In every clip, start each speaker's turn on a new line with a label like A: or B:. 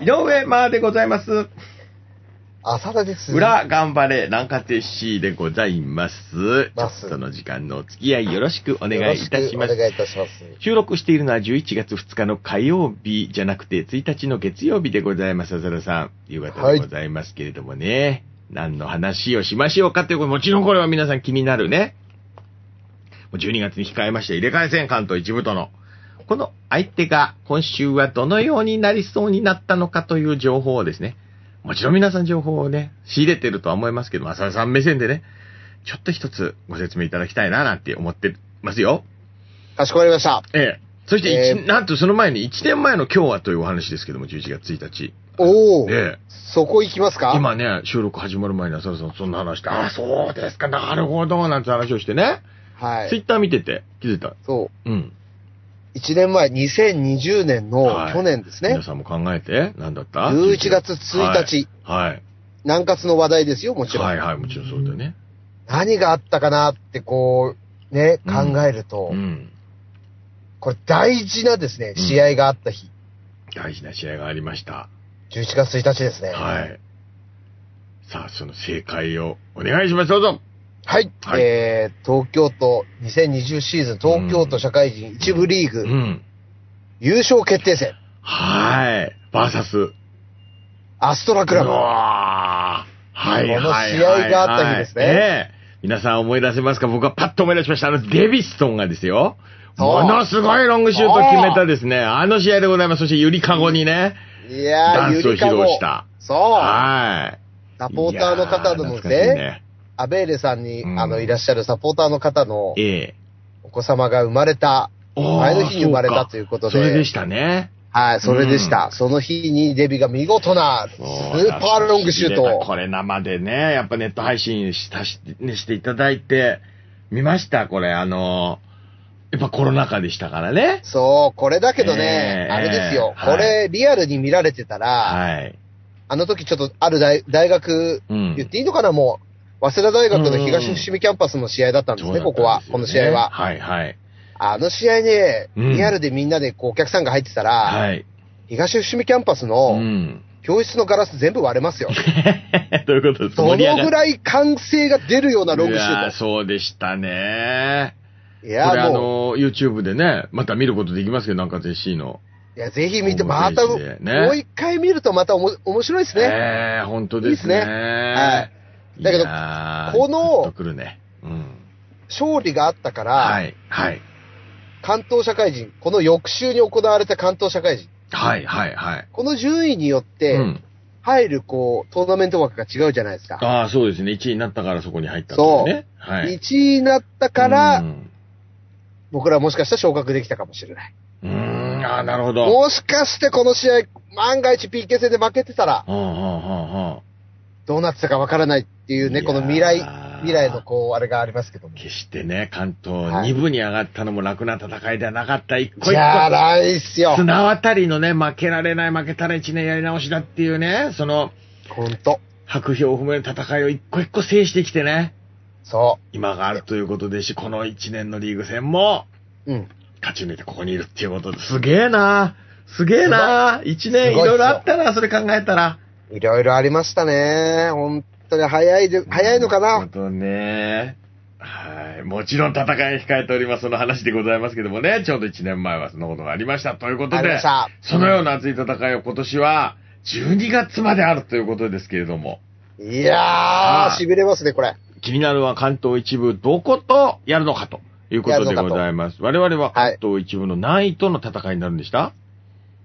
A: 井上まーでございます。
B: 浅田です。
A: 裏頑張れ、南下鉄 C でございます。ちょ
B: ます
A: っとの時間のお付き合いよろしくお願いいたします
B: よろくお。願いいたします。
A: 収録しているのは11月2日の火曜日じゃなくて1日の月曜日でございます、浅田さん。夕方でございますけれどもね。何の話をしましょうかっていうこと、もちろんこれは皆さん気になるね。もう12月に控えまして入れ替え戦関東一部との。この相手が今週はどのようになりそうになったのかという情報をですね。もちろん皆さん情報をね、仕入れてるとは思いますけど、浅田さん目線でね、ちょっと一つご説明いただきたいななんて思ってますよ。
B: かしこまりました。
A: ええ。そして、
B: えー
A: 一なんとその前に1年前の今日はというお話ですけども、11月1日。
B: おお、
A: ええ。
B: そこ行きますか
A: 今ね、収録始まる前に浅田さんそんな話して、ああ、そうですか、なるほど、なんて話をしてね。
B: は
A: ツイ
B: い。
A: ッター見てて気づいた。
B: そ
A: うん。
B: う。1年前、2020年の
A: はい
B: 去年ですね。
A: 皆さんも考えて、何だった
B: 11月1日、
A: はい。
B: 南葛の話題ですよ、もちろん。
A: はいはい、もちろんそうだよね。
B: 何があったかなってこう、ね、
A: うん
B: 考えると、
A: うん。
B: これ大事なですね、
A: うん
B: 試合があった日。
A: 大事な試合がありました。
B: 11月1日ですね。
A: はい。さあ、その正解をお願いします、どうぞ。
B: はい。
A: はい
B: えー、東京都、2020シーズン東京都社会人一部リーグ、
A: うん。
B: 優勝決定戦、
A: はい。バーサス。
B: アストラクラブ
A: う。わーはいはいはい、はい。
B: この試合があった日ですね
A: ええ皆さん思い出せますか僕はパッと思い出しました。あの、デビストンがですよ。
B: そう
A: ものすごいロングシュートを決めたですね。あの試合でございます。そして、ゆりかごにね、
B: いや
A: ダ
B: ー、
A: ンスを披露した。
B: そう。
A: はい。
B: サポーターの方の
A: いやー懐
B: ね、
A: かしいね。
B: アベーレさんに、
A: うん
B: あの、いらっしゃるサポーターの方の
A: ええ
B: お子様が生まれた、
A: おー
B: 前の日に生まれたというこ
A: そ
B: と
A: うかそれで
B: で、
A: したね。
B: はい、それでした。その日にデビが見事なスーパーロングシュート
A: そうこ
B: を、
A: れ生でね、やっぱネット配信したし、ね、していただいて、見ましたこれ、あの、やっぱコロナ禍でしたからね。
B: そう、これだけど
A: え
B: ね、
A: ー
B: あれですよ、
A: はい
B: これリアルに見られてたら、
A: はい。
B: あの時ちょっとある大大学、
A: うん
B: 言っていいのかな、もう、早稲田大学の東伏見キャンパスの試合だったんですね、
A: そうだったん
B: ここは
A: で、すよね
B: この試合は。
A: はいはい。
B: あの試合ね、
A: うん
B: リアルでみんなでこうお客さんが入ってたら、
A: はい。
B: 東伏見キャンパス
A: う
B: の
A: ん。
B: 教室のガラス全部割れますよ。
A: どういうことですか
B: どのぐ
A: い
B: らい歓声が出るようなロングシュ
A: いや
B: ー
A: そうでしたね。
B: ト。いや
A: これあ
B: も
A: の、YouTube でね、また見ることできますけど、なんか JC の。
B: う、いや、ぜひ見て、
A: ホー
B: ま
A: ムペ
B: た、
A: ージでね
B: もう一回見るとまたおも面白いですね。
A: ええ本当ですね。
B: いいですねはいだけど
A: だ
B: この
A: くるね。うん。
B: 勝利があったから、
A: はい、はい。
B: 関東社会人、この翌週に行われた関東社会人、
A: はい、はい、はい。
B: この順位によって、
A: うん。
B: 入る、こう、トーナメント枠が違うじゃないですか。
A: ああ、そうですね。1位になったからそこに入ったんですね。はい。
B: 1位になったから、
A: うん。
B: 僕らもしかしたら昇格できたかもしれない。
A: うーん、ああ、なるほど。
B: もしかしてこの試合、万が一 PK 戦で負けてたら、
A: うん、うん、うん、うん。
B: どうなってたかわからないっていうね、
A: いやー
B: この未来、未来のこう、あれがありますけども。
A: 決してね、関東
B: はい
A: 2部に上がったのも楽な戦いではなかった、一個一
B: じゃあ、
A: 個。
B: ないっすよ。
A: 綱渡りのね、負けられない、負けたら1年やり直しだっていうね、その、
B: ほんと。
A: 白氷を踏める戦いを一個一個制してきてね、
B: そ
A: 今があるということですし、この1年のリーグ戦も、
B: う。うん。
A: 勝ち抜いてここにいるっていうことですげえなすげえな一年いろいろあったなそれ考えたら。
B: いろいろありましたね。本当に早いで、早いのか
A: なる
B: な。
A: ほどね。はい。もちろん戦い控えております。その話でございますけどもね。ちょうど1年前はそのことがありました。ということ
B: ありま
A: で
B: し、た。
A: そのような熱い戦いを今年は12月まであるということですけれども。
B: いやー、痺れますね、これ。
A: 気になるのは関東一部どことやるのかということでございます。我々は関東一部の何位との戦いになるんでした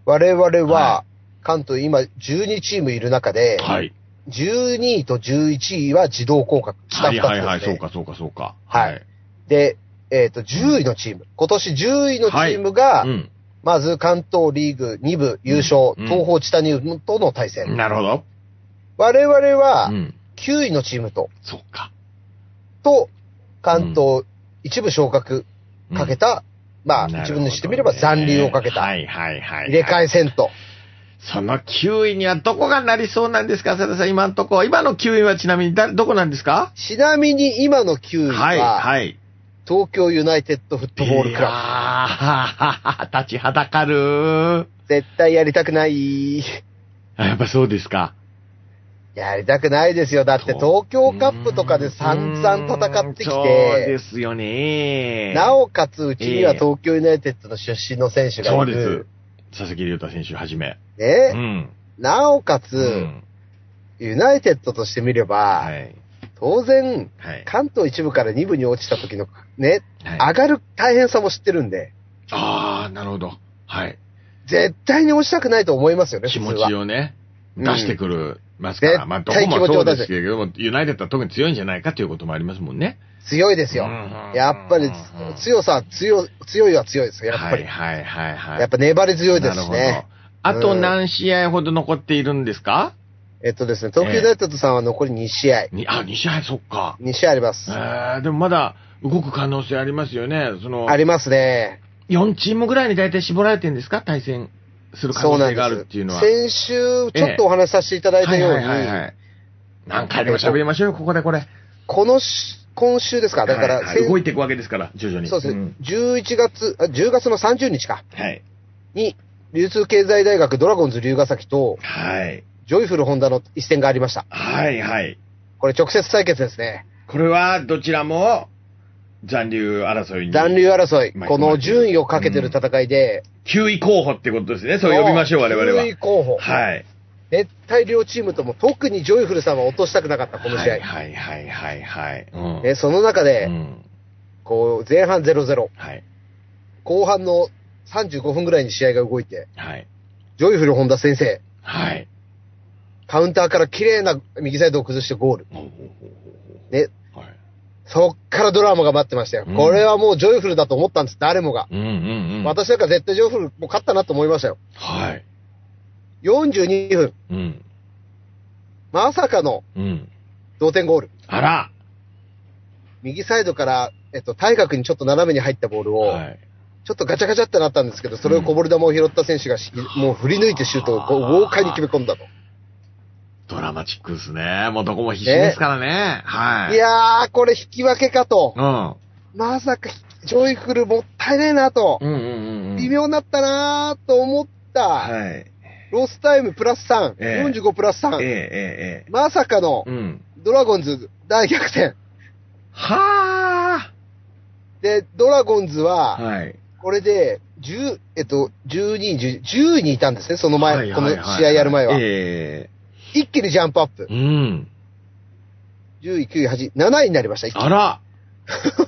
B: 我々
A: は
B: は、関東今12チームいる中で、
A: はい。
B: 12位と11位は自動降格。下
A: は
B: 2つ
A: い
B: です、ね。
A: はいはい。そうかそうかそうか。
B: はいで、えっ、と、10位のチーム。今年10位のチームが、
A: うん。
B: まず関東リーグ2部優勝、
A: うん
B: 東方チタニウムとの対戦。
A: なるほど。
B: 我々
A: う
B: は
A: ん。
B: 9位のチームと、
A: そっか。
B: と、関東一部昇格
A: うん
B: かけた、ま
A: な
B: あ、
A: るほ
B: 自
A: ど
B: 分にしてみれば残留をかけた、
A: はいはいはい。
B: 入れ替え戦と。
A: その9位にはどこがなりそうなんですか、浅田さん、今のとこ。今の9位はちなみにだどこなんですか
B: ちなみに今の9位は、
A: はいはい。
B: 東京ユナイテッドフットボールクラ
A: ああ、立ちはだかる。
B: ブ。絶対やりたくない。
A: あ、やっぱそうですか。
B: やりたくないですよ。だって東京カップとかで散々戦ってき
A: うーんそうで
B: て、
A: すよね。
B: なおかつうちには東京ユナイテッドの出身の選手が
A: そう
B: い
A: です
B: る。。
A: 佐々木亮太選手はじめ。う
B: ね、
A: ん。
B: なおかつ、
A: うん
B: ユナイテッドとしてみれば、
A: はい。
B: 当然、
A: はい。
B: 関東一部から二部に落ちた時のね、
A: はい
B: 上がる大変さも知ってるんで、
A: あー、なるほど。はい。
B: 絶対に落ちたくないと思いますよね、
A: 気
B: 普
A: 持
B: 通
A: ち
B: は。
A: をね、
B: うん
A: 出してくる。ますから、
B: 絶
A: まあ、どこ
B: 対
A: も
B: 気持ち
A: そう
B: を出
A: で
B: して
A: すけれども、ユナイテッドは特に強いんじゃないかということもありますもんね。
B: 強いですよ。
A: うん
B: やっぱり
A: うん、
B: 強さは強、強いは強いですよ、やっぱり。
A: はいはいはいはい。
B: やっぱ粘り強いですしね。
A: なるほど。あと
B: うん
A: 何試合ほど残っているんですか、
B: えっとですね、東京ユナイテッドさんは残り2試合。
A: にあ、2試合、そっか。
B: 2試合あります。
A: えー、でもまだ動く可能性ありますよね。その、
B: ありますね。
A: 4チームぐらいに大体絞られてるんですか対戦する可
B: そ
A: 能
B: うな
A: 性
B: ん
A: があるっていうの
B: で
A: は。
B: す。先週、ちょっとお話しさせていただいたよう
A: はいはいはい
B: に、
A: はい。何回でも喋りましょうよ、ここでこれ。
B: このし、今週ですか、だか
A: はい
B: ら、
A: はい
B: 先
A: 動いていくわけですから、徐々に。
B: そうですね
A: ん、
B: 11月、あ10月の30日か、
A: はい。
B: に、流通経済大学ドラゴンズ龍ヶ崎と、
A: はい。
B: ジョイフルホンダの一戦がありました。
A: はいはい。
B: これ直接対決ですね。
A: これはどちらも残留争いに。
B: 残留争い
A: まあ、
B: この順位をかけてる戦いで、
A: 9位候補ってことですね。そう呼びましょう、我々は。
B: 優位候補。
A: はい。
B: 絶対両チームとも、特にジョイフルさんは落としたくなかった、この試合。
A: はいはいはいはいはい。うん。
B: ね、その中で、
A: うん。
B: こう、前半0-0、
A: はい。
B: 後半の35分ぐらいに試合が動いて、
A: はい。
B: ジョイフル本田先生、
A: はい。
B: カウンターから綺麗な右サイドを崩してゴール。
A: ほうほうほう
B: ね、
A: ほうはい。
B: そっからドラマが待ってましたよ。
A: うん
B: これはもうジョイフルだと思ったんです、誰もが。
A: うんうんうん。
B: 私なんか絶対ジョイフルもう勝ったなと思いましたよ。
A: はい。
B: 42分、
A: うん。
B: まさかの
A: うん。
B: 同点ゴール。
A: あら
B: 右サイドから、えっと、体格にちょっと斜めに入ったボールを、
A: はい。
B: ちょっとガチャガチャってなったんですけど、それをこぼれ球を拾った選手がし、もう振り抜いてシュートをこう豪快に決め込んだと。
A: ドラマチックですね。もうどこも必死ですからね。はい。
B: いやー、これ引き分けかと。
A: うん。
B: まさか、ジョイフルもったいないなと。
A: うんうんうんうん。
B: 微妙になったなーと思った。
A: はい。
B: ロスタイムプラス3、
A: ええ
B: 45プラス
A: ええ
B: 3。
A: えええ
B: まさかの
A: え。うん。
B: ドラゴンズ大逆転。
A: は
B: で、ドラゴンズ
A: あ
B: は、
A: はい。
B: これで、10、えっと、12、10 10にいたんですね、その前、
A: はいはい
B: この
A: はい
B: 試合やる前は。
A: え
B: 一気にジャンプアップ
A: え。うん。
B: 10位、9位、8位、7位になりました、一気に
A: あら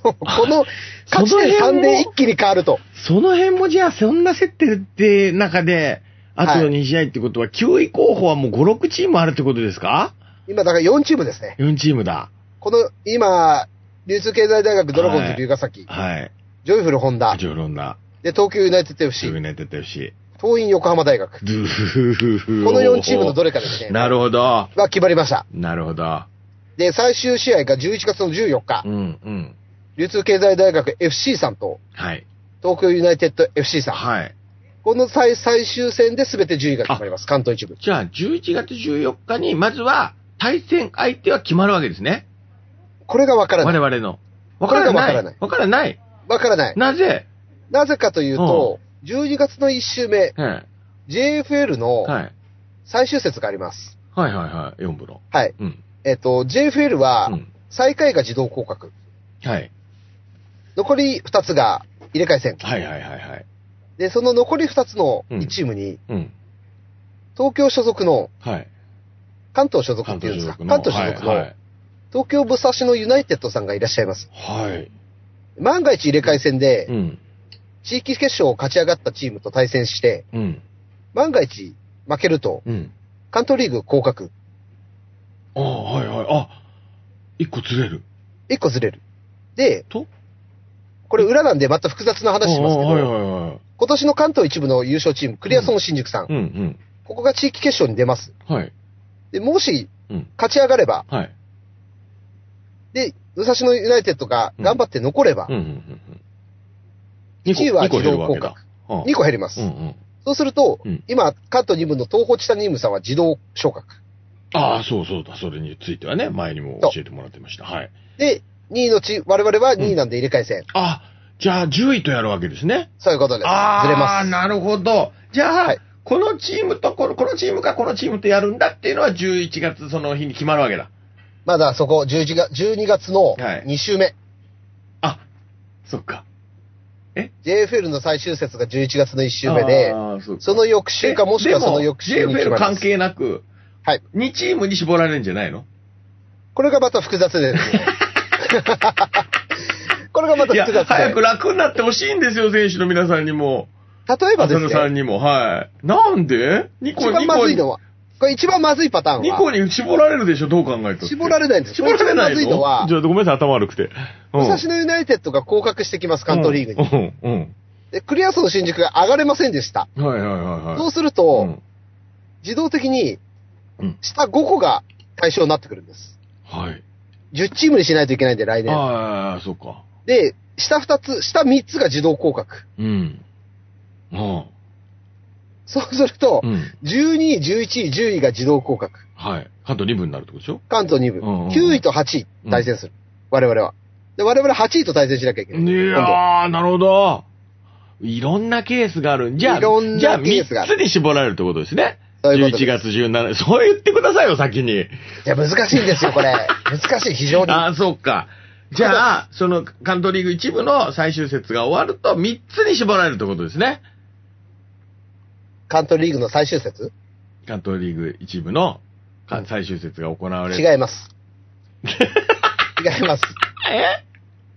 B: こ の勝ち点3で一気に変わると。
A: その辺もじゃあ、そんな設定って中で、あと
B: はい
A: 2試合ってことは、9位候補はもう5、6チームあるってことですか
B: 今、だから4チームですね。
A: ?4 チームだ。
B: この、今、流通経済大学ドラゴンズ龍ヶ崎、
A: はい。
B: ジョイフルホンダ、
A: ジョロンダ、
B: で、東京ユナイテッド
A: シグ
B: FC、
A: ネテテ FC。
B: 東院横浜大学。
A: ドゥフフフ
B: この4チームのど
A: れ
B: れかですね。
A: なるほど。
B: が決まりました。
A: なるほど。
B: で、最終試合が11月の14日
A: う、ん、うん。
B: 流通経済大学 FC さんと、
A: はい。
B: 東京ユナイテッド FC さん。
A: はい。
B: この最最終戦で全て順位が決まります。関東一部。
A: じゃあ、11月14日に、まずは、対戦相手は決まるわけですね。
B: これがわから
A: 我
B: な
A: 々
B: い。
A: の。わから
B: わ
A: な
B: か
A: い
B: らない。
A: わからない。
B: わからない。
A: なぜ
B: なぜかというと、12月の1週目、
A: はい。
B: JFL の、
A: はい。
B: 最終節があります。
A: はいはいはい。4部の。
B: はい。
A: うん。
B: えっ、と、JFL は
A: う、ん。
B: 最下位が自動降格。
A: はい。
B: 残り2つが入れ替え戦。
A: はいはいはいはい。
B: で、その残り2つの
A: うん
B: 1チームに、
A: うん。
B: 東京所属の、
A: はい。
B: 関東所属っていうんですか。関東所属
A: は
B: の
A: い、
B: 東京武蔵野ユナイテッドさんがいらっしゃいます。
A: はい。はい。
B: 万が一入れ替え戦で
A: う、ん。
B: 地域決勝を勝ち上がったチームと対戦して、
A: うん。
B: 万が一負けると、
A: うん。
B: 関東リーグ降格。
A: ああ、はいはい。あ、一個釣れる。
B: 1個ずれる。で、
A: と
B: これ裏なんでまた複雑な話しますけ
A: ああはい
B: ど、
A: はいはい。
B: 今年の関東一部の優勝チーム、クリアソン新宿さん。
A: うん
B: ここが地域決勝に出ます。
A: うん。はい。
B: で、もし
A: うん、
B: 勝ち上がれば、
A: はい。
B: で、武蔵野ユナイテッドが頑張って残れば
A: うん、うんうんうん。
B: 1位は
A: 二個
B: 自
A: 減る
B: 動
A: わ
B: 降
A: けだ
B: 格。。
A: うん
B: 2個減ります
A: うんう。ん。
B: そうすると
A: うん、
B: 今、関東2部の東方チタニウムさんは自動昇格。
A: ああ、そうそうだ。それについてはね、前にも教えてもらってました。はい。
B: で、2位のち、我々は2位なんで入れ替え戦。
A: あ、じゃあ10位とやるわけですね。
B: そういうことです。ずれ
A: ああ、
B: ます。
A: なるほど。じゃあ、
B: はい
A: このチームとこの、このチームかこのチームとやるんだっていうのは11月その日に決まるわけだ。
B: まだそこ、11月、12月の
A: はい
B: 2週目。
A: あ、そっか。
B: JFL の最終節が11月の1週目で、
A: あーそうか
B: その翌週かもしくはその翌週に
A: で
B: 決
A: も JFL
B: まりま
A: 関
B: す。
A: 係なく、
B: はい。
A: 2チームに絞られるんじゃないの
B: これがまた複雑です ね。これがまた
A: いや、
B: 複雑
A: 早
B: で
A: く。楽になってほしいんですよ、選手の皆さんにも。
B: 例えば
A: 浅
B: です
A: 野さん
B: ね、
A: にも。はい。なんで ?2 個、
B: 一番
A: 2
B: ま
A: 個
B: ず
A: に
B: い、のは、これ一番まずいパターン
A: 2
B: は、
A: 個に絞られるでしょ、どう考えて
B: 絞られないんです
A: 絞られないの
B: 一番まずいのは
A: じゃあごめんなさい、頭悪くて。
B: 武蔵野ユナイテッドが降格してきます、関東リーグに。
A: に。うん、
B: で、クリア層新宿が上がれませんでした。
A: うん。はいはいはいはい。
B: そうする
A: う
B: と、
A: ん
B: 自動的に
A: うん、
B: 下5個が対象になってくるんです。
A: はい。
B: 10チームにしないといけないんで、来年。
A: ああ、そっか。
B: で、下2つ、下3つが自動降格。
A: うん。あ
B: そうすると
A: あ。う、ん。
B: 12位、11位、10位が自動降格。
A: はい。関東2部になるってことでしょ
B: 関東2部。
A: うんうん
B: 9位と8位対戦する。我々は。で、我々8位と対戦しなきゃいけない。
A: いやー、なるほど。いろんなケースがある。じゃあ、
B: いろんな
A: じゃあ
B: ケースがある
A: 3つに絞られるってことですね。
B: そういうこと
A: 11
B: で
A: 月17日。そう言ってくださいよ、先に。
B: いや、難しいんですよ、こ れ。難しい、非常に。
A: ああ、そうか。じゃあ、その、関東リーグ一部の最終節が終わると、3つに絞られるってことですね。
B: 関東リーグの最終節
A: 関東リーグ一部のか最終節が行われる。
B: 違 います。違います。
A: え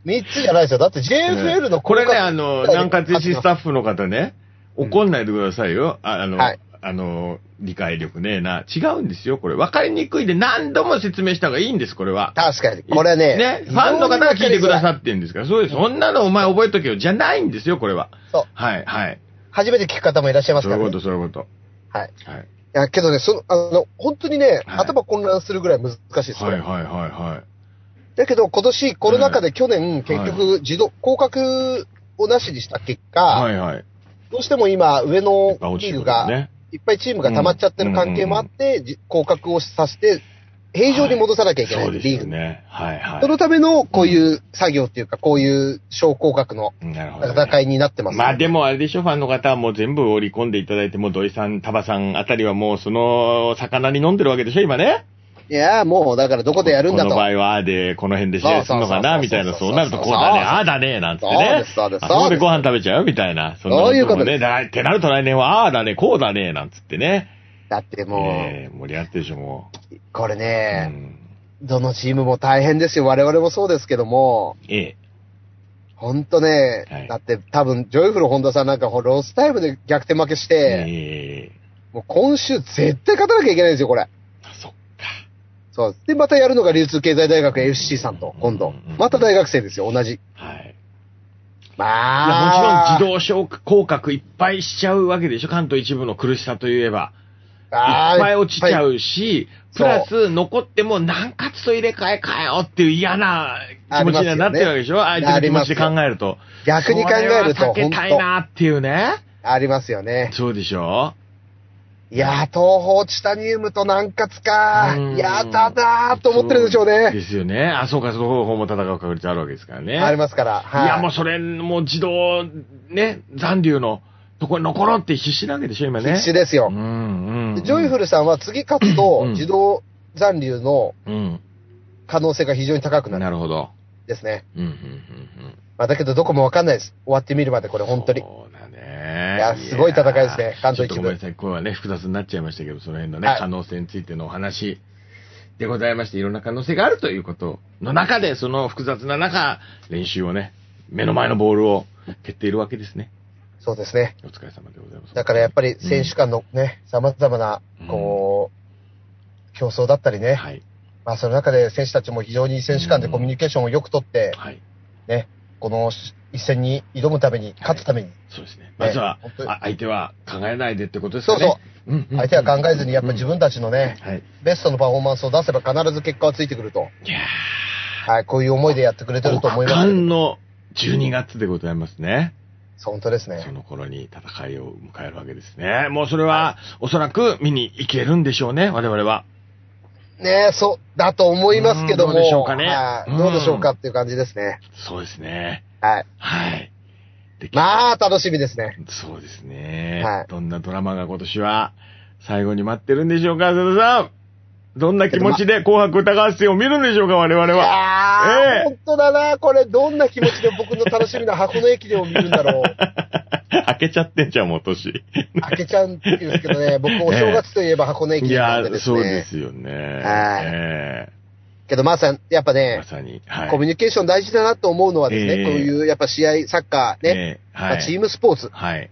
B: 3つじゃないですよ。だって JFL の
A: これね、
B: 降格
A: あの、南葛市スタッフの方ね、
B: うん
A: 怒んないでくださいよ。ああの、
B: はい
A: あの、理解力ねえな。違うんですよ、これ。わかりにくいんで何度も説明した方がいいんです、これは。
B: 確かに。これね。
A: ね、ファンの方が聞いてくださってるんですから、そうです。そんなのお前覚えとけよ。じゃないんですよ、これは。
B: そう。
A: はい、はい。
B: 初めて聞く方もいらっしゃいます
A: そ
B: か
A: うい
B: ら、
A: う
B: ね。
A: こと、そういうこと。
B: はい。い
A: はい。
B: や、けどね、その、あの、本当にね、
A: はい
B: 頭混乱するぐらい難しいです、こ
A: はい、
B: れ
A: はい、はい、は
B: だけど、今年コロナ禍で去年、結局、自動、降格をなしにした結果、
A: い。はい、はい。
B: どうしても今、上の
A: あ落ち
B: リ
A: て
B: ー
A: くる
B: グが、
A: ね。
B: いっぱいチームが溜まっちゃってる関係もあって、じ降格をさせて、平常に戻さなきゃいけない、
A: そうです
B: リー
A: よ
B: グに。
A: ね。はい、は
B: そのための、こういう作業っていうか、こういう小降格の
A: い。なるほどね。
B: 戦いになってます、
A: まあでもあれでしょ、ファンの方はもう全部織り込んでいただいて、もう土井さん、タバさんあたりはもうその魚に飲んでるわけでしょ、今ね。
B: いやー、もう、だからどこでやるんだ。
A: ことの場
B: そ
A: 合はああで、この辺で試合するのかな、
B: そうそうそうそう
A: みたいな、そうなるとこうだね、ああだね、なんつって
B: う
A: ね
B: で。す、そうです、
A: あそ
B: そ
A: こで
B: うです
A: ご。飯食べちゃうみたいな。そんな
B: そういうこと
A: も
B: で
A: ね。
B: す
A: だってなると来年は、ああだね、こうだね、なんつってね。
B: だっても
A: ええ盛り上がってるでしょ、もう。
B: う、これ
A: う
B: ね、
A: ん
B: どのチームも大変ですよ。我々もそうですけども、
A: ええ。
B: ほんとね、
A: はい
B: だって多分、ジョイフル本田さんなんか、ロスタイムで逆転負けし
A: え
B: て、
A: え。
B: もう今週絶対勝たなきゃいけないんですよ、これ。
A: あそっか。
B: そう。で、またやるのが流通経済大学 FC さんと、今
A: う
B: 度
A: んうんうん。
B: また大学生ですよ、同じ。
A: はい。いや
B: まあ。
A: もちろん自動昇降格いっぱいしちゃうわけでしょ、関東一部の苦しさといえば。いっぱい落ちちゃ
B: う。
A: うし、プ
B: そう
A: ラス残っても何かつと入れ替えかよっていう嫌な気持ちにはなってるわけでしょ
B: り
A: 相
B: ます
A: 手の気持ち
B: よね
A: で考えると。
B: 逆に考えると、
A: それは避
B: 本
A: けたい
B: 当
A: なっていうね。
B: ありますよね。
A: そうでしょ
B: いやー、東方チタニウムと南葛か
A: う。ん
B: やだなーと思ってるんでしょう
A: で
B: ね。
A: すよね。あ、そうか、その方法も戦う確率あるわけですからね。
B: ありますから。はい
A: や、もうそれ、もう自動、ね、残留のところに残ろうって必死なわけでしょ、今ね。
B: 必死ですよ
A: う。ん、うん。
B: ジョイフルさんは次勝つと
A: うん、
B: 自動残留の
A: うん。
B: 可能性が非常に高くなる
A: なるほど。
B: んですね。
A: うん、うん、うん、うん。
B: まあ、だけどどこもわかんないです。終わってみるまで、これ本当に。
A: そうだね。
B: いやすごい戦いですね
A: やー
B: 関東一部
A: ちょっとごめんなさい、今日はね、複雑になっちゃいましたけど、その辺のね、
B: はい
A: 可能性についてのお話でございまして、いろんな可能性があるということの中で、その複雑な中、練習をね、目の前のボールを蹴っているわけですね。
B: そうですね。
A: お疲れ様でございます。
B: だからやっぱり選手間のね、様々な
A: うん、
B: こう、競争だったりね、
A: はい。
B: まあその中で選手たちも非常に選手間でコミュニケーションをよくとって、
A: はい。
B: この一戦に挑むために、勝つために、
A: そうですね。まずは、
B: 本当に
A: あ相手は考えないでってことです
B: そ
A: か
B: う
A: ね。。
B: そう
A: ん
B: う、相手は考えずにやっぱ自、
A: うん
B: 分たちのね、
A: はい。
B: ベストのパフォーマンスを出せば必ず結果はついてくると、
A: いや
B: はい、こういう思いでやってくれて
A: ー、
B: ると思いま
A: 極
B: す。
A: 寒の12月でございますね。
B: そう本当です
A: そ
B: ね。
A: の頃に戦いを迎えるわけですね。もうそれは、おそらく見に行けるんでしょうね、我々は。
B: ねそう、だと思いますけども、
A: うんどうでしょうかね
B: はい
A: うん
B: どうでしょうかっていう感じですね。
A: そうですね。
B: はい。
A: はい。できる
B: まあ、楽しみですね。
A: そうですね。
B: はい
A: どんなドラマが今年は最後に待ってるんでしょうか、浅田さん。どんな気持ちで紅白歌合戦を見るんでしょうか、我々
B: い
A: は。え
B: や
A: え
B: ー、本当だな。これ、どんな気持ちで僕の楽しみな箱の駅伝を見るんだろう。
A: 開けちゃってんじゃん、もう年。
B: 開けちゃうんですけどね、僕、お正月といえば箱根駅
A: い
B: 伝な
A: や
B: んでで、す
A: そ
B: ね。
A: うですよね。え
B: けど、まあさん、やっぱ
A: え
B: ね
A: ま、さに。はい。
B: コミュニケーション大事だなと思うのはです
A: ええ
B: ね、こういう、やっぱ試合、サッカー
A: え
B: ね、
A: え
B: ま
A: は
B: あ
A: い。
B: チームスポーツ。
A: はい。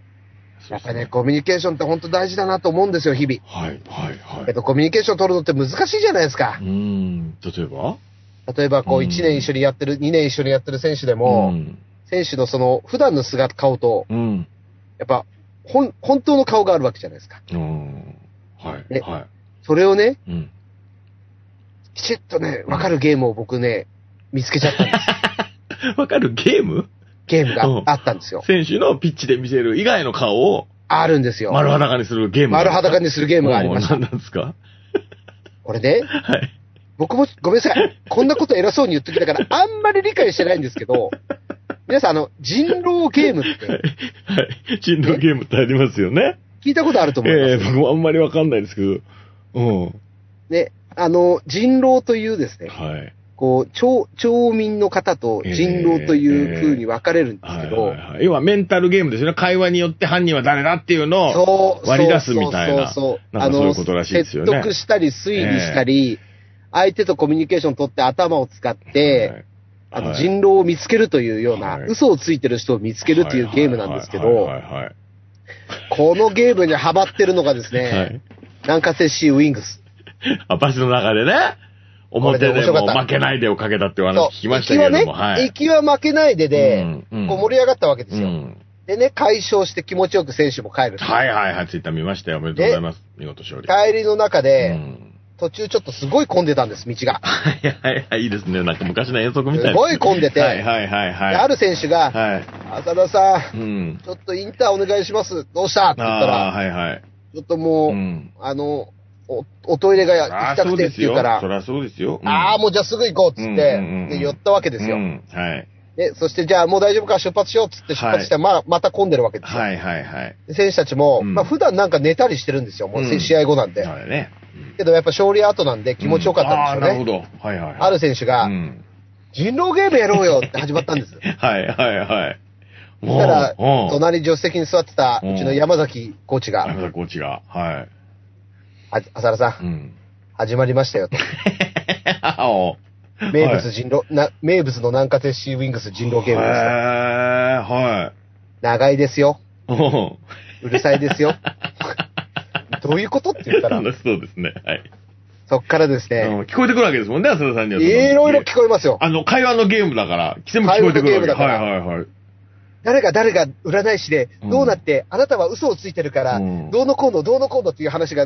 A: そ
B: や
A: う
B: っ
A: です
B: ぱね、。コミュニケーションって本当大事だなと思うんですよ、日々。
A: はい、はい、はい
B: えっ。と、コミュニケーション取るのって難しいじゃないですか
A: う。ーん、例えば
B: 例えば、こ
A: う
B: う、
A: ん
B: 1年一緒にやってる、2年一緒にやってる選手で
A: う
B: も、
A: ん。
B: 選手のその、普段の姿、顔と、
A: うん。
B: やっぱ、本、本当の顔があるわけじゃないですか。
A: うん。は
B: ね
A: い、は
B: それをね、
A: い。うん。
B: きちっとね、わかるゲームを僕ね、見つけちゃっ たんです。
A: わかるゲーム
B: ゲーム
A: うん
B: があったんですよ。
A: 選手のピッチで見せる以外の顔を
B: あるんですよ。
A: 丸裸にするゲーム。
B: 丸裸
A: に
B: にするゲームがありました。
A: 何なんですか
B: これね、
A: はい。
B: 僕もごめんなさい。こんなこと偉そうに言ってきたから、あんまり理解してないんです けど、皆さん、あの、人狼ゲームって
A: はい。人狼ゲームってありますよね。
B: 聞いたことあると思います。
A: ええ、僕もあんまりわかんないですけど。うん。
B: ね、あの、人狼というですね、
A: はい。
B: こう、町、町民の方と人狼という風に分かれるんです
A: はい
B: け
A: はい
B: ど、
A: はい。要はメンタルゲームですよね。会話によって犯人は誰だっていうのを。
B: そう、
A: 割り出すみたいな
B: そうそうそう、
A: なんかそういうことらしいですよね
B: あの説得したり、推理したり、相手とコミュニケーション取って頭を使って、
A: は
B: あ
A: い、
B: の人狼を見つけるというような、
A: はい
B: 嘘をついてる人を見つけるっていうゲームなんですけ
A: はいはい
B: ど
A: は、いはい
B: このゲームにハマってるのがですね、
A: はい。はい。
B: 南下セシーウィングス。
A: あ、バスの中でね、表で
B: これで面白
A: も
B: かった
A: 負けないでをかけたっていう話聞きました
B: 行き
A: け
B: は
A: れど
B: ね
A: も、、はい。
B: 行きは負けないで
A: う
B: で、
A: んうん
B: こう盛り上がったわけですよ、
A: うん
B: でね、解消して気持ちよく選手も帰る。
A: はいはいはい、ツイッター見ましたよ。おめでとうございます。見事勝利。
B: 帰りの中
A: う
B: で、
A: ん
B: 途中ちょっとすごい混んでたんです、道が。
A: はいはいはい、いいですね。なんか昔の遠足みたいな。
B: すごい混んでて
A: はいはいはい
B: で
A: はい。
B: ある選手が、
A: はい。
B: 浅田さん、
A: うん。
B: ちょっとインターお願いします。どうしたって言った
A: ああ、
B: ら、
A: はいはい。
B: ちょっともう、
A: うん。
B: あの、お、おトイレが行
A: あ
B: き
A: あ、
B: た
A: そ
B: く
A: うで
B: てって
A: す
B: 言う
A: よ。
B: から
A: そ、りゃそうですよ。
B: ああ、
A: う
B: もうじゃあすぐ行こうっつって、
A: うんうんうんうん
B: で、寄ったわけで
A: です
B: よ、
A: はい。
B: で、そしてじゃあもう大丈夫か出発しようっつって出発したら、まあ、また混んでるわけですよ。
A: はいはいはい。
B: で選手たちも、
A: うん
B: まあ普段なんか寝たりしてるんですよ、もう
A: うん
B: 試合後なんで。
A: そうだね。うん
B: けどやっぱ勝利後なんで気持ちよかったんですよね。
A: うんああ、なるほど。はいはいはい。
B: ある選手が、
A: うん
B: 人狼ゲームやろうよって始まったんです。そ
A: はいはいはい。もう
B: したら、
A: うん
B: 隣助手席に座ってたうちの山崎コーチが、
A: 山田コーチが。はい。
B: あ浅田さ、
A: うんん。
B: 始まりましたよと。
A: お
B: 名物人狼、な名物の南下鉄シーウィングス人狼ゲーム
A: へ
B: ですと。
A: え、はい。
B: 長いですよ。
A: うん。
B: うるさいで すよ。どういうことって言ったら、
A: そうですね。はい。
B: そっからです
A: う
B: ね、
A: ん聞こえてくるわけですもんね、浅田さんには。
B: いろいろ聞こえますよ。
A: あの、会話のゲームだから、全部聞こえてくるわけ。
B: 会話のゲームだか
A: は
B: ら
A: いはいはい。
B: 誰が誰が占い師で、
A: うん
B: どうなって、あなたは嘘をついてるから
A: うん、
B: どうのこうの、どうのこうのっていう話が、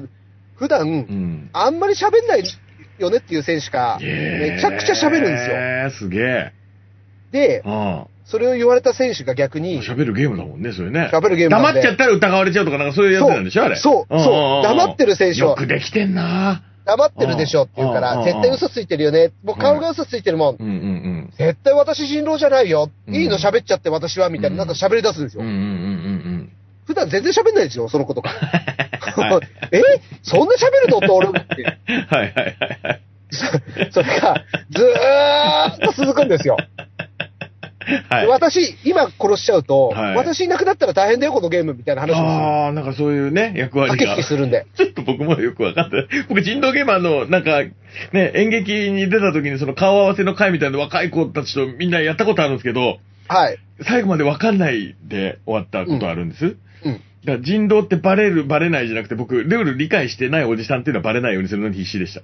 B: 普
A: う
B: 段、
A: ん。
B: あんまり喋んないよねっていう選手が、
A: へえ
B: めちゃくちゃ喋るんですよ。
A: へえ、すげえ。
B: で、
A: うん。
B: それを言われた選手が逆に、
A: 喋るゲームだもんね、それね。
B: 喋るゲーム
A: 黙
B: なん
A: っちゃっ
B: で、
A: たら疑われちゃうとか、なんかそういうやつなんでしょ、あれ。
B: そうそう黙ってる選手は
A: よくできてんな
B: 黙ってるでしょって言うか
A: うん
B: ら、
A: うん
B: 絶対嘘ついてるよね。もう顔が嘘ついてるもん。
A: うんうん
B: 絶対私人狼じゃないよ。
A: うん
B: いいの喋っちゃって私は、みたいな、
A: う
B: なんんか喋り出すんです
A: うん。う
B: よ
A: んうん。うん
B: 普段全然喋んないですよ、その ことが。
A: うんうん。はい
B: えそんな喋るのって俺思っ て。
A: はいはいはいはい。
B: それが、ずーっと続くんですよ。
A: はい。
B: 私、今殺しちゃうと、
A: はい
B: 私いなくなったら大変だよ、このゲームみたいな話を
A: ああ、なんかそういうね、役割が。
B: 駆け引きするんで。
A: ちょっと僕もよくわかんない。僕、人道ゲーマーの、なんか、ね、演劇に出た時にその顔合わせの会みたいなの若い子たちとみんなやったことあるんですけど、
B: はい。
A: 最後までわかんないで終わったことあるんです。
B: うん。
A: だから人道ってバレる、バレないじゃなくて、僕、ルール理解してないおじさんっていうのはバレないようにするのに必死でした。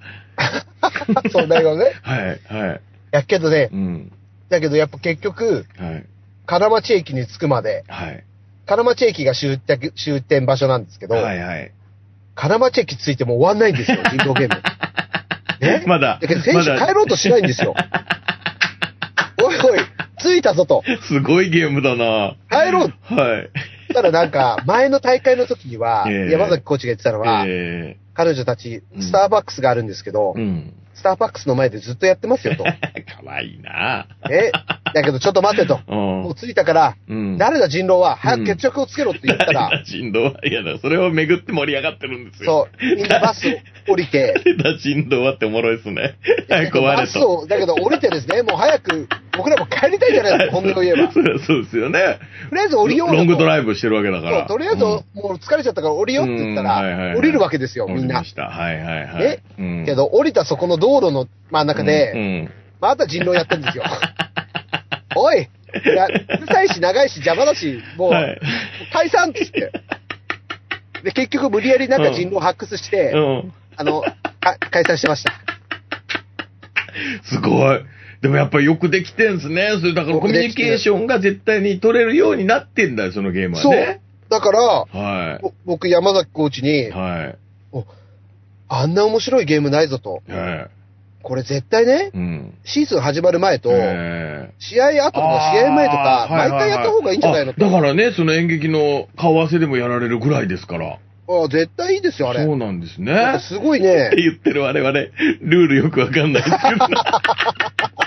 B: そうだけどね。い
A: はい、はい。
B: やけどね、
A: うん。
B: だけどやっぱ結局、
A: はい、
B: 金町駅に着くまで、
A: はい。
B: 金町駅が終点終点場所なんですけど、
A: はい、はい。
B: 金町駅着いても終わんない んですよ、人狼ゲーム。ね
A: まだ
B: だけど選
A: ま
B: 手
A: だ
B: 帰ろうとしない んですよ。おいおい、着いたぞと。
A: すごいゲームだな
B: 帰ろう
A: はい。
B: たらなんか、前の大会の時には、
A: ええ
B: 山崎コーチが言ってたのは、
A: え
B: 彼女たち
A: う、ん
B: スターバックスがあるんですけど、
A: ー、うん。
B: スターバックスの前でずっとやってますよと。
A: かわいいな
B: え、だけどちょっと待ってと。もう着いたから、
A: うん。
B: 誰だ人狼は早く決着をつけろって言ったら、
A: 誰だ人狼はいやだ、それを巡って盛り上がってるんですよ。
B: そう、みんなバス降りて、
A: 誰だ人狼はっておもろいっすね。はい、壊
B: バ
A: れ
B: ス
A: と。
B: を、だけど降りてですね、もう早く、僕らも帰りたいじゃないで すか、本音を言えば。
A: そりゃそうですよね。
B: とりあえず降りようよと
A: ロングドライブしてるわけだか
B: そう
A: ら。
B: とりあえず、もう疲れちゃったから降りようって言った
A: うんはいはいは
B: ら、
A: い
B: 降りるわけですよ、
A: うん
B: みん
A: わかり
B: な
A: まし。たはいはいはい。
B: ね
A: うん
B: けど、降りたそこの道路の真ん中
A: う
B: で、
A: ん
B: また人狼やって んですよ。おいいや、うるさいし、長いし、邪魔だし、もう、
A: はい
B: 解散っつって。で、結局、無理やりなんか人狼発掘して、
A: うんうん
B: あの、か解散してました。
A: すごい。でもやっぱりよくできてんすね。それだから
B: よ
A: コ
B: く
A: ミ
B: で
A: ュ
B: き
A: ニ
B: てる
A: ケーションが絶対に取れるようになってんだよ、そのゲームは
B: そう
A: ね。。
B: だから、
A: は
B: ぼ僕、山崎コーチに
A: い。、は
B: あんな面白いゲームないぞと。
A: い。は
B: これ絶対ね
A: い。、うん。
B: シーズン始まる前と、
A: ええ
B: 試合後とか試合前とか
A: あ、ーはい
B: 毎回やった方がいいんじゃないの
A: はいはいあだからね、その演劇の顔合わせでもやられるぐらいですから。
B: ああ絶対いいですよ、あれ。
A: そうなんです
B: なん
A: ね
B: か。すごい
A: っ
B: ね
A: て。言ってる我々、ルールよくわかんないですけど。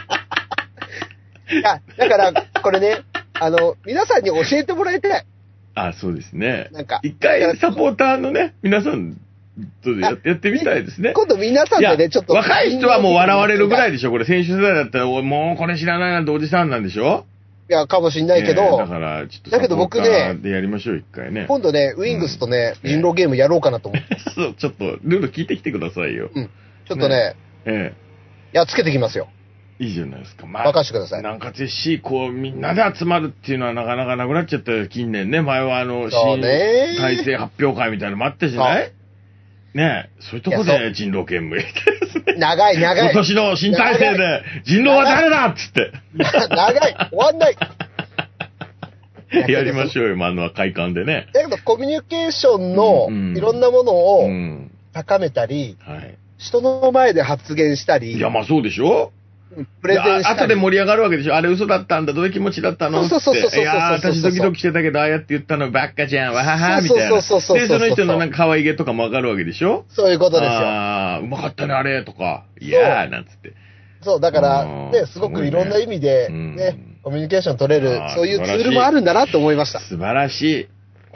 B: いや、だから、これね、あの、皆さんに教えてもらいたい。
A: あ、そうですね。
B: なんか
A: 一回サポーターのね、皆さんとややってみたいですね。
B: 今度皆さ
A: い
B: んで
A: や
B: ね、ちょっと。
A: 若い人はもう笑われるぐらい
B: い。
A: でしょ。これ、選手世代だったら、おいもうこれ知らないなんておじさんなんでしょ
B: や、かもしんないけど、
A: ええだから、ちょっと、
B: だけど僕ね
A: でやりましょう、一回ね。
B: 今度ね、ウィングスとね、
A: うん
B: 人狼ゲームやろうかなと思って。
A: そうちょっと、ルール聞いてきてくださいよ。
B: ちょっとね、
A: え
B: やっつけてきますよ。
A: え。いいじゃないですか。ま
B: 任せてください。
A: なんかぜし、こう、みんなで集まるっていうのはなかなかなくなっちゃったよ、近年ね。前はあの、
B: そうね
A: 新体制発表会みたいなのもあったじゃないねえ、そういうとこ
B: いやそ
A: で人狼ゲームやって
B: 長い、長
A: 今
B: い。
A: 年の新体制で人狼は誰だっつって。
B: 長い。終わんない。いや
A: やりましょうよ、まああの会館でね。
B: だけど、コミュニケーションの
A: うん
B: いろんなもの
A: う
B: を
A: ん。
B: 高めたり、
A: はい。
B: 人の前で発言したり、
A: いや、まあそうでしょ
B: プレゼンし
A: あ
B: た
A: 後で
B: り。
A: 盛り上がるわけでしょあれ嘘だったんだ、どういう気持ちだったの
B: そうそうそうそうそう
A: っていやー、私ドキドキしてたけど、ああやって言ったのばっかじゃん、わはは、みたいな。
B: そうそうそうそうそう
A: で、その人のなんか可愛げとかもわかるわけでしょ
B: そういうことですよ。
A: ああー、うまかったね、あれ、とか。いやー、なんつって。
B: そう、だから、
A: うん
B: ね、すごくいろんな意味で、
A: すごいね
B: ね
A: うん、
B: コミュニケーション取れる
A: あ、ー
B: そういうツ
A: 素晴らし
B: ー
A: い
B: ルもあるんだなって思いました。
A: 素晴らしい。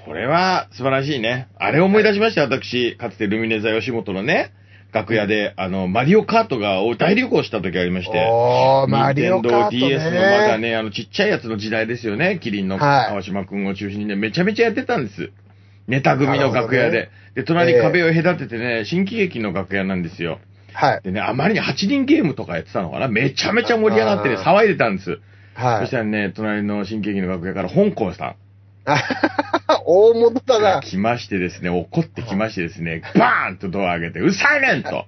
A: これは素晴らしいね。あれ思い出しました、私。かつてルミネ座吉本のね、楽屋で、あの、マリオカートが大流行した時ありまして。
B: おー、マリオ
A: 任
B: カ
A: 天
B: ー
A: 堂
B: ト
A: DS のまだ
B: ね。
A: ね、あの、ちっちゃいやつの時代ですよね。キリンの
B: はい
A: 川島くんを中心にね、めちゃめちゃやってたんです。ネタ組の楽屋
B: な
A: で。
B: る
A: で、隣
B: ええ
A: 壁を隔ててね、新喜劇の楽屋なんですよ。
B: はい。
A: でね、あまりに8人ゲームとかやってたのかな。めちゃめちゃ盛り上がってね、
B: あ
A: 騒いでたんです。
B: は
A: そした
B: い。
A: らね、隣の新喜劇の楽屋から香港さん。
B: 大物だ
A: が
B: な。
A: 来ましてですね、怒ってきましてですね、バーンとドア開けて、うるさいねんと。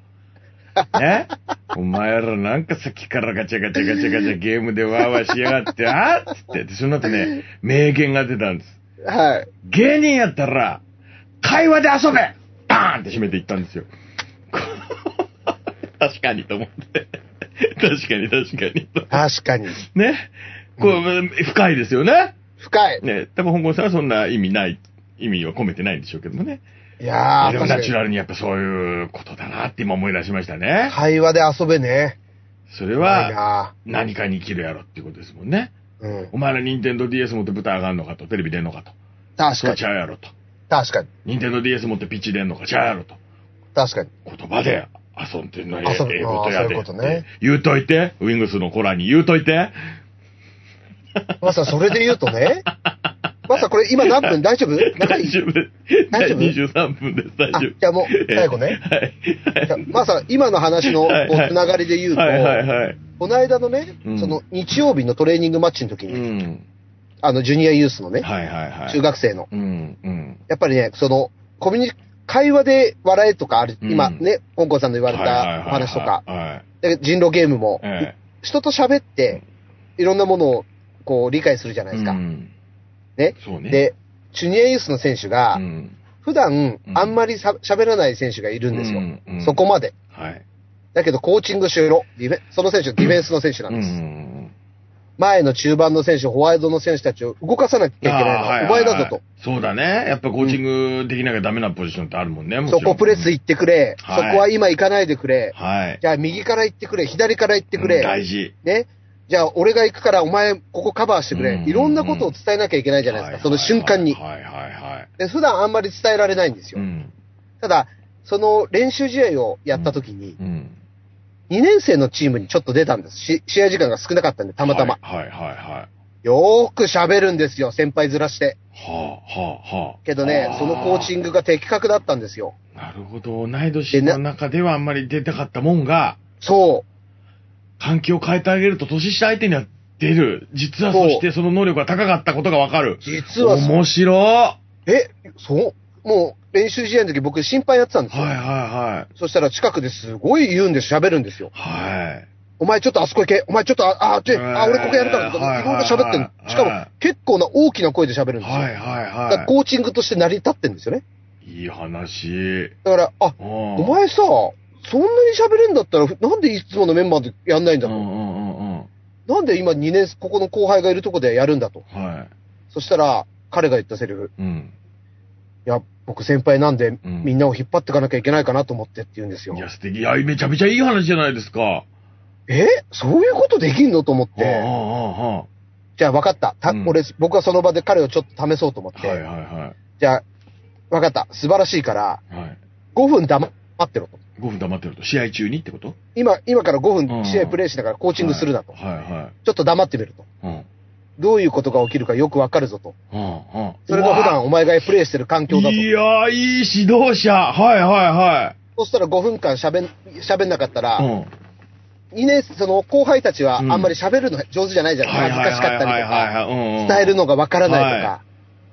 A: ねお前らなんかさっきからガチャガチャガチャガチャゲームでワーワーしやがって、あっつって、で、その後ね、名言が出たんです。
B: はい。
A: 芸人やったら、会話で遊べバーンって閉めていったんですよ。 確かにと思って。確かに確かにと。
B: 確かに。
A: ねこう、深いですよね。
B: 深い。
A: ね多分本郷さんはそんな意味ない、意味を込めてないんでしょうけどもね。
B: いやー、
A: でも
B: 確
A: ナ
B: か
A: チュ
B: に
A: ラルにやっぱそういうことだなって今思い出しましたね。
B: 会話で遊べね。
A: それ
B: 深い
A: は
B: な
A: 何かに生きるやろっていうことですもんね。
B: うん。
A: お前ら任天堂 DS 持って舞台上がんのかと、テレビ出んのかと。
B: 確か
A: そ
B: に
A: うち。ゃうやろと。
B: 確かに。
A: 任天堂 DS 持ってピッチ出んのかちゃうやろと。
B: 確かに。
A: 言葉で遊んでんのええ
B: 遊ぶ
A: ええことやで
B: ああそういうことね
A: 言うといて、ウィングスの子らに言うとい て。
B: まさ、それで言うと ね。まさ、これ今何分大丈夫長
A: 大
B: い
A: 丈夫です。
B: 大丈夫
A: 23分です、大丈
B: あ、
A: 夫。
B: じゃあもう最後ね。
A: はい。
B: いやまさ、今の話のこ
A: はいうはい
B: つながりで言うと、
A: はいはいはい。
B: この間のね、
A: うん
B: その日曜日のトレーニングマッチの時
A: う
B: に、
A: ん。
B: あの、ジュニアユースのね、
A: はいはいはい。
B: 中学生の、
A: うん、うん。
B: やっぱりね、その、コミュニ、会話で笑えとかある、
A: うん
B: 今ね、本郷さんの言われ
A: はいはいはい
B: た
A: はい
B: お話とか、
A: はい。
B: で人狼ゲームも、
A: え
B: 人と喋って、いろんなものを、こう、理解するじゃな
A: え
B: いですか。
A: うん
B: ね。
A: そうね。、
B: で、ジュニアユースの選手が
A: う、ん。
B: 普段
A: う、ん
B: あんまりさ喋らない選手がいるんですよ。
A: うんうん
B: そこまで。
A: はい。
B: だけど、コーチングしろ。ディフェその選手、ディフェンスの選手なんです。
A: ん。
B: 前の中盤の選手、ホワイトの選手たちを動かさなきゃいけないのはお前だぞと。
A: と。そうだね。やっぱコーチングできなきゃダメなポジションってあるもんね。もちろ
B: そ
A: ん
B: こプレス行ってくれ。
A: はい
B: そこは今行かないでくれ。
A: はい。
B: じゃあ右から行ってくれ。左から行ってくれ。
A: うん大事。
B: ね。じゃあ俺が行くからお前ここカバーしてく
A: うんうん
B: れ
A: う。ん
B: いろんなことを伝えなきゃいけないじゃないですか、その瞬間に
A: はい。はいはい。
B: で普段あんまり伝えられないんです
A: う
B: よ。
A: ん。
B: ただ、その練習試合をやった時に、
A: うん。
B: 2年生のチームにちょっと出たんです。し試合時間が少なかったんで、たまたま。
A: はいはいはいはい。
B: よーく喋るんですよ、先輩ずらして。
A: はあ、はあ、はあ。
B: けどね
A: あ、
B: そのコーチングが的確だったんですよ。
A: なるほど。同い年の中ではあんまり出たかったもんが、
B: そ
A: 環境を変えてあげると年下相手には出る。実はそしてその能力が高かったことがわかる
B: う。。実はそ、
A: 面白いは
B: え、そうもう練習試合の時僕心配やってたん
A: い
B: ですよ。
A: はいはい。
B: そしたら近くですごい言うんです、喋るんですよ。
A: はい。
B: お前ちょっとあそこ行け。お前ちょっとあ、あ、ちょい、あ、俺ここやるからと
A: は
B: か、
A: い
B: いろいろ喋ってる
A: はい
B: の。しかも
A: は
B: 結構な大きな声で喋るんですよ。
A: はいはい
B: だか
A: は
B: らコーチングとして成り立ってるんですよね。
A: い。いい話。
B: だから、あ、
A: うん
B: お前さ、そんなに喋れんだったら、なんでいつものメンバーでやんないんだ
A: う
B: と。
A: んうんうんうん。
B: なんで今2年、ここの後輩がいるとこでやるんだと。
A: は
B: そしたら、彼が言ったセリフ、
A: い。うん。
B: いや、僕先輩なんで、
A: うん
B: みんなを引っ張っていかなきゃいけないかなと思ってって言うんですよ
A: い。や、素敵。いや、めちゃめちゃいい話じゃないですか。
B: えそういうことできんのと思っ
A: はあは
B: て、
A: あは
B: じゃあ分かった。た
A: うん
B: 俺、僕はその場で彼をちょっと試そうと思っ
A: あ。はい
B: て、
A: はいは
B: じゃあ、分かった。素晴らしいから、
A: い。はい。
B: 5分黙ってろと。
A: 5分黙ってると。試合中にってこと
B: 今、今から5
A: うん
B: 分試合プレイしながらコーチングするなと。
A: はいは
B: ちょっと黙ってみると。
A: い。うん。
B: どういうことが起きるかよくわかるぞと。
A: うんうん。
B: それが普段お前がプレイしてる環境だと。
A: いやー、いい指導者。はいは
B: そしたら5分間喋ん、喋んなかった
A: いはい。う
B: ら、
A: ん。
B: 2年、その後輩たちはあ
A: うん
B: んまり喋るの上手じゃないじゃな
A: はいい
B: です
A: は
B: か。
A: い
B: 恥ずかしかったり
A: はい
B: とか。
A: はいはい。うん。
B: 伝えるのがわからないとか。
A: は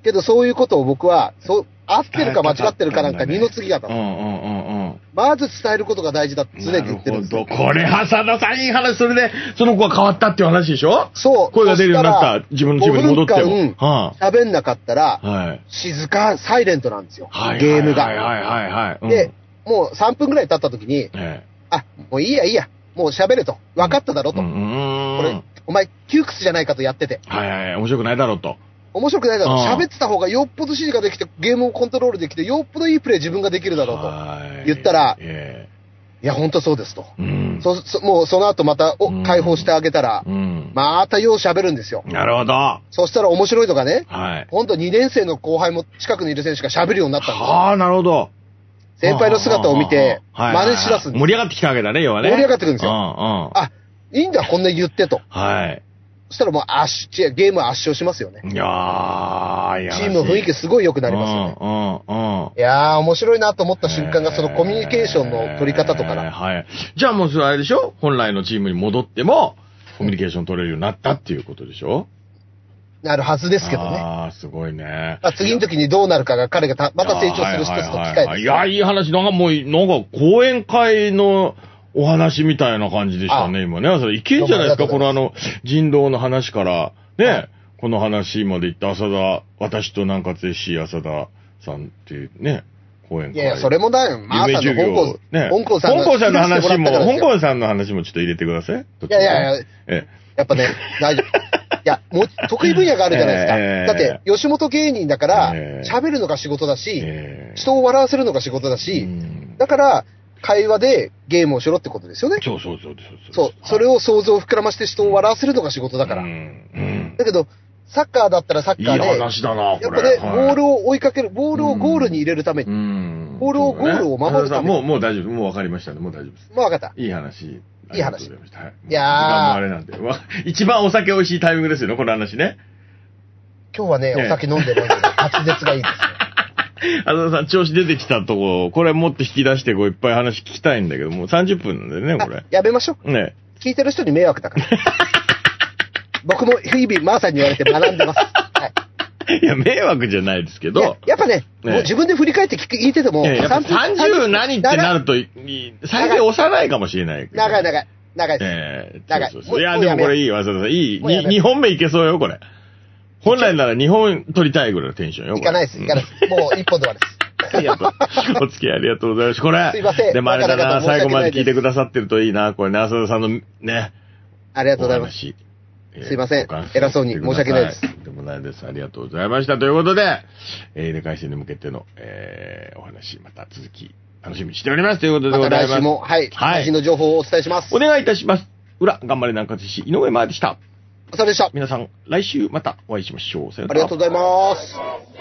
B: けどそういうことを僕は、そう、合ってるか間違ってるかなんか二の次だと。
A: うんうんうんうん。
B: まず伝えることが大事だって常に言ってるんです
A: な
B: よ
A: るほど。これ、はさださんいい話、それで、その子が変わったっていう話でしょ
B: そう。
A: 声が出るようになった。
B: そ
A: 自分のチームに戻って
B: 五分
A: も。は
B: したら喋んなかったら
A: い。、はい。
B: 静か、サイレントなんですよ
A: はい。。
B: ゲーム
A: はい
B: が。
A: はいはいはい。うん
B: で、、もう3分ぐらい経った時に、
A: え
B: あ、もういいやいいや、もう喋れと。分かっただろ
A: え。う
B: と。
A: んうん
B: これ、お前、窮屈じゃないかとやってて。
A: はいはい、面白くないだろうと。
B: 面白くないだろ。
A: うん
B: 喋ってた方がよっぽど指示ができて、ゲームをコントロールできて、よっぽどいいプレー自分ができるだろうと。
A: はい
B: 言ったら
A: え
B: いや、ほんとそうですと。
A: えうん。
B: そ、そ、もうその後また、
A: う
B: お
A: ん、
B: 解放してあげたら、
A: うん。
B: またよう喋るんですよ。
A: なるほど。は
B: そしたら面白いのがね、
A: い。
B: 今度2年生の後輩も近くにいる選手が喋るようになったんですよ。
A: はあ、なるほど。
B: 先輩の姿を見て、
A: はいはい
B: 真似しだすんです
A: 盛り上がってきたわけだね、要はね。
B: 盛り上がってくるんですよ
A: うんうん。
B: あ、いいんだ、こんな言ってと。
A: はい。
B: そしたらもう圧勝、違うゲームは圧勝しますよね。
A: いやー、いやらしい
B: チームの雰囲気すごい良くなりますよね。
A: うんうんうん。
B: いやー、面白いなと思った瞬間が、そのコミュニケーションの取り方とか
A: えー
B: な。
A: はい。じゃあもうそれあれでしょ本来のチームに戻っても、コミュニケーション取れるようになったっていうことでしょ
B: なるはずで
A: です
B: けどね。
A: ああ、すごいね。
B: まあ、次の時にどうなるかが彼がたまた成長する一つの機会
A: はいはいはいはい
B: です
A: いや、
B: よ。
A: いい話。なんかもう、なんか講演会のお話みたいな感じでしたね、今ね。それいけんじゃないですか、
B: ど
A: こ
B: うも
A: の
B: あ
A: あ
B: りが
A: の、人道の話から、ね、この話まで行った浅田、私と南葛 SC 浅田さんっていうね、講演
B: い
A: 会。
B: やいや、それもだよ。まあ、
A: 夢
B: さん
A: 授
B: の
A: 業
B: 香港
A: を、ね。
B: 香港さんが
A: 香港さんの
B: 来て
A: 話
B: も
A: も、
B: らったからです
A: 香
B: よ
A: 港さんの話もちょっと入れてください。
B: いやいやいや、
A: え
B: や っぱね、大丈夫。いや、もう、得意分野があるじゃない
A: ええ
B: ですか。だって、吉本芸人だか
A: ええ、
B: ら喋るのが仕事だ
A: え。
B: し、
A: え
B: 人を笑わせるのが仕事
A: え
B: だ
A: う
B: し、
A: ん
B: だから、会話でゲームをしろってことですよね。
A: そうそうそうそう。
B: そう。それを想像を膨らまして人を笑わせるのが仕事だから
A: う。んうん
B: だけど、サッカーだったらサッ
A: いい
B: カーで、やっ
A: 話だな、こ
B: ぱ
A: れ。
B: ね、ボールを追いかける、ボールをゴールに入れるために、
A: うん
B: ボールをゴールを守るために
A: もう、もう大丈夫。もう分かりましたね。もう大丈夫です。
B: まあ分かった。
A: いい話。
B: いい話
A: ありがとうございました。はい。
B: いやー
A: 時間もあれなんで。わ一番お酒美味しいタイミングですよね、この話ね。
B: 今日はね、
A: ええ
B: お酒飲んでないので、発熱がいいですね。
A: 浅田さん、調子出てきたとこ、これもっと引き出して、こう、いっぱい話聞きたいんだけど、もう30分なん だよね、こ
B: あ
A: れ。
B: やめましょう。
A: ね。
B: 聞いてる人に迷惑 だから。僕も日々、マーさんに言われて学んでます。はい
A: いや、迷惑じゃないですけ
B: いや
A: ど、
B: やっぱね、
A: ええ
B: もう自分で振り返って聞く聞いてても、
A: いややっぱ
B: 三
A: 30何ってなると、いい最低幼いかもしれないけど。
B: 長い長い、長いです。
A: ええ
B: 長い
A: そうそう
B: も
A: そう
B: う
A: いや、
B: もう
A: で
B: や
A: も
B: めよ
A: こ
B: う
A: れいいわ、浅田さん。いい。
B: もうやめよう
A: 2本目いけそうよ、これ。本来なら2本取りたいぐらいのテンションよ。
B: 行かないです、行かない
A: い。
B: です。もう一本で終わりです。
A: ありがとう。お付き合いありがとうございます。これ。
B: すいません
A: でもあれだな、
B: なかなかと申し
A: 最後
B: 訳
A: ま
B: な
A: で
B: いです
A: 聞いてくださってるといいな、これね、浅田さんのね、
B: あり
A: あ
B: がとうございます。
A: す。えー
B: すいません
A: ご感想
B: 偉そうに申し訳ないです
A: くださとんでもないです。ありがとうございました。ということで、えー、入れ替え戦に向けての、えー、お話、また続き、楽しみにしております。ということで
B: ま
A: ご
B: た
A: ざいます。
B: 来週も、はい、
A: はい
B: 最新の情報をお伝えします。
A: お願いいたします。裏、頑張れ南葛市、井上真也でした。
B: お疲れでした。あ
A: 皆さん、来週またお会いしましょう。さよな
B: り
A: ら。
B: がとうございます。